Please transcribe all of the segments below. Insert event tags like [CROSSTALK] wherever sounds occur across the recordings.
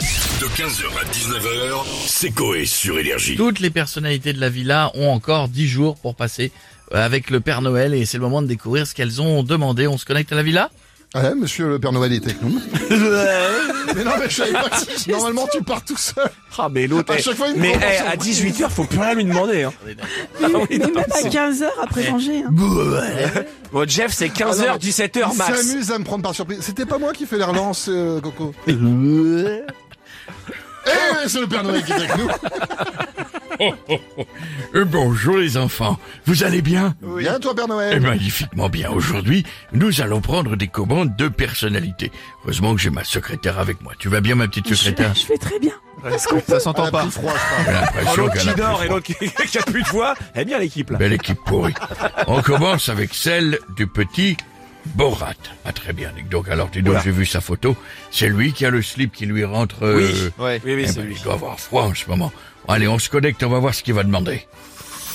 De 15h à 19h, c'est Coé sur Énergie. Toutes les personnalités de la villa ont encore 10 jours pour passer euh, avec le Père Noël et c'est le moment de découvrir ce qu'elles ont demandé. On se connecte à la villa Ah Ouais, monsieur le Père Noël est avec nous. mais non, mais je savais pas. que- Normalement, tu pars tout seul. Ah mais l'autre. À eh, chaque fois, il me mais prend dans eh, son à 18h, faut plus rien lui demander. Hein. Ah oui, non, Même à 15 heures après manger. hein. bon, Jeff, c'est 15h, Ah non, mais- 17h Il eh, max. s'amuse à me prendre par surprise. C'était pas moi qui fais les relances, euh, Coco. Eh, c'est le Père Noël qui est avec nous. Euh, Bonjour les enfants, vous allez bien Bien, toi, Père Eh, Noël. Magnifiquement bien. Aujourd'hui, nous allons prendre des commandes de personnalités. Heureusement que j'ai ma secrétaire avec moi. Tu vas bien ma petite [LAUGHS] Je, secrétaire je vais très bien. Ça Elle a J'ai pris froid, je crois. Oh, l'impression l'autre qu'elle a qui plus dort et froid. l'autre qui, [LAUGHS] qui a plus de voix. Eh bien l'équipe là. Belle équipe pourrie. On commence avec celle du petit Borat. Ah très bien. Nick. Donc alors tu dois, Oula. j'ai vu sa photo. C'est lui qui a le slip qui lui rentre. euh, Oui. Ouais. Oui, oui, eh c'est ben, lui. il doit avoir froid en ce moment. Allez, on se connecte, on va voir ce qu'il va demander.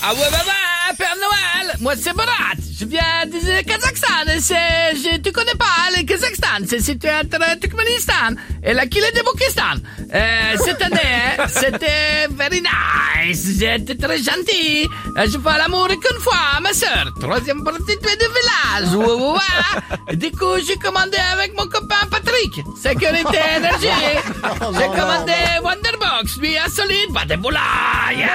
Ah ouais, bah, bah, Père Noël, moi c'est Borat, je viens du euh, Kazakhstan, et c'est, je- tu connais pas hein, le Kazakhstan, c'est situé entre le Turkménistan et la Kila de Boukistan. Euh, cette année, [LAUGHS] c'était very nice, j'étais très gentil, Euh, je fais l'amour qu'une fois, ma soeur, troisième partie de du village, ouah, ouah, ouah. ah. Du coup, j'ai commandé avec mon copain Patrick, sécurité, énergie, j'ai commandé Wonderbox, lui insolite, pas de [LAUGHS] boulaille.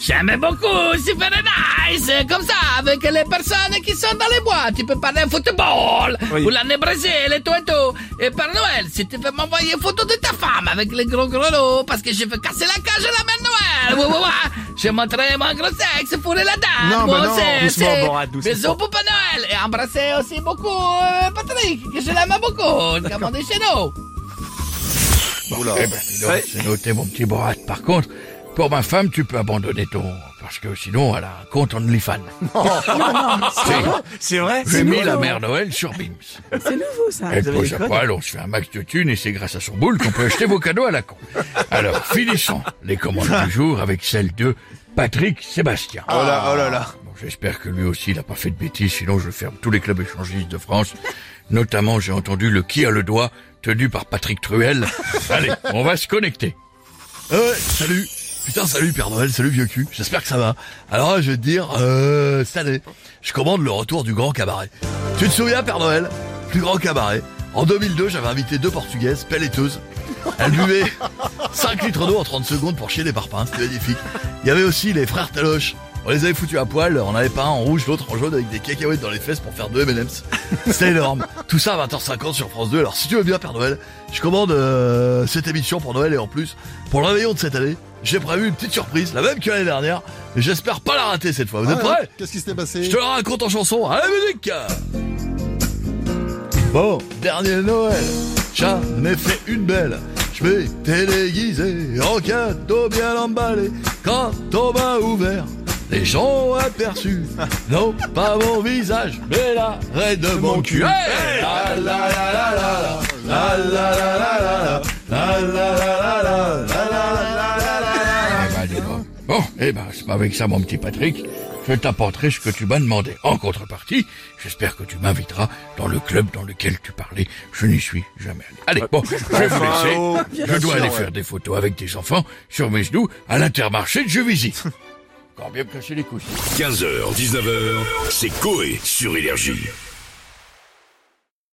J'aime beaucoup, c'est very nice. Comme ça, avec les personnes qui sont dans les bois, tu peux parler football, Oui. ou l'année Brésil et tout et tout. Et Père Noël, si tu veux m'envoyer photo de ta femme avec les gros gros lots, parce que je veux casser la cage à la mère Noël. Ouais, ouais, ouais. Je montrerai mon gros sexe pour la dame. Non, bah non, doucement, Borat, doucement. Bisous, Papa Noël. Et embrasser aussi beaucoup euh, Patrick, que je l'aime beaucoup. Comme on dit chez nous. Oula. Eh ben, dis donc, Ouais. c'est noté, mon petit Borat. Par contre, pour ma femme, tu peux abandonner ton... Parce que sinon, elle a un compte OnlyFans. [LAUGHS] C'est vrai. J'ai mis nouveau. la mère Noël sur [LAUGHS] Bims. C'est nouveau ça. Elle avez pose des à codes poil, on se fait un max de thunes et c'est grâce à son boule qu'on peut acheter vos cadeaux à la con. Alors, finissons les commandes du jour avec celle de Patrick Sébastien. Ah. Oh là, oh là là. Bon, J'espère que lui aussi, il a pas fait de bêtises, sinon je ferme tous les clubs échangistes de France. Notamment, j'ai entendu le qui a le doigt, tenu par Patrick [LAUGHS] Truel. Allez, on va se connecter. Euh, salut. Putain, salut Père Noël, salut vieux cul. J'espère que ça va. Alors, là, je vais te dire, euh, cette année, je commande le retour du grand cabaret. Tu te souviens, Père Noël Du grand cabaret. En 2002, j'avais invité deux portugaises, pelle et Teuse. Elles buvaient 5 litres d'eau en 30 secondes pour chier des parpaings. C'était magnifique. Il y avait aussi les frères Taloche. On les avait foutus à poil. On avait pas un en rouge, l'autre en jaune avec des cacahuètes dans les fesses pour faire deux M&M's. C'était énorme. Tout ça à 20h50 sur France 2. Alors, si tu veux bien, Père Noël, je commande euh, cette émission pour Noël et en plus, pour le réveillon de cette année, j'ai prévu une petite surprise, la même que l'année dernière. mais J'espère pas la rater cette fois. Vous êtes Ah, prêts Qu'est-ce qui s'était je passé te la raconte en chanson. À la musique Bon, dernier Noël, j'en ai fait une belle. Je m'étais déguisé en cadeau bien emballé. Quand on m'a ouvert, les gens ont aperçu, non pas mon visage, mais la raide de mon cul. Hey La la la la la, la la la la la, la la la la la. Eh ben, dis donc. Bon, eh ben, c'est pas avec ça, mon petit Patrick. Je t'apporterai ce que tu m'as demandé. En contrepartie, j'espère que tu m'inviteras dans le club dans lequel tu parlais. Je n'y suis jamais allé. Allez, bon, je vais vous oh, laisser. Je dois sûr, aller ouais. faire des photos avec des enfants sur mes genoux à l'intermarché de Juvisy. Encore bien me casser les couilles. 15h, 19h, c'est Coé sur Énergie.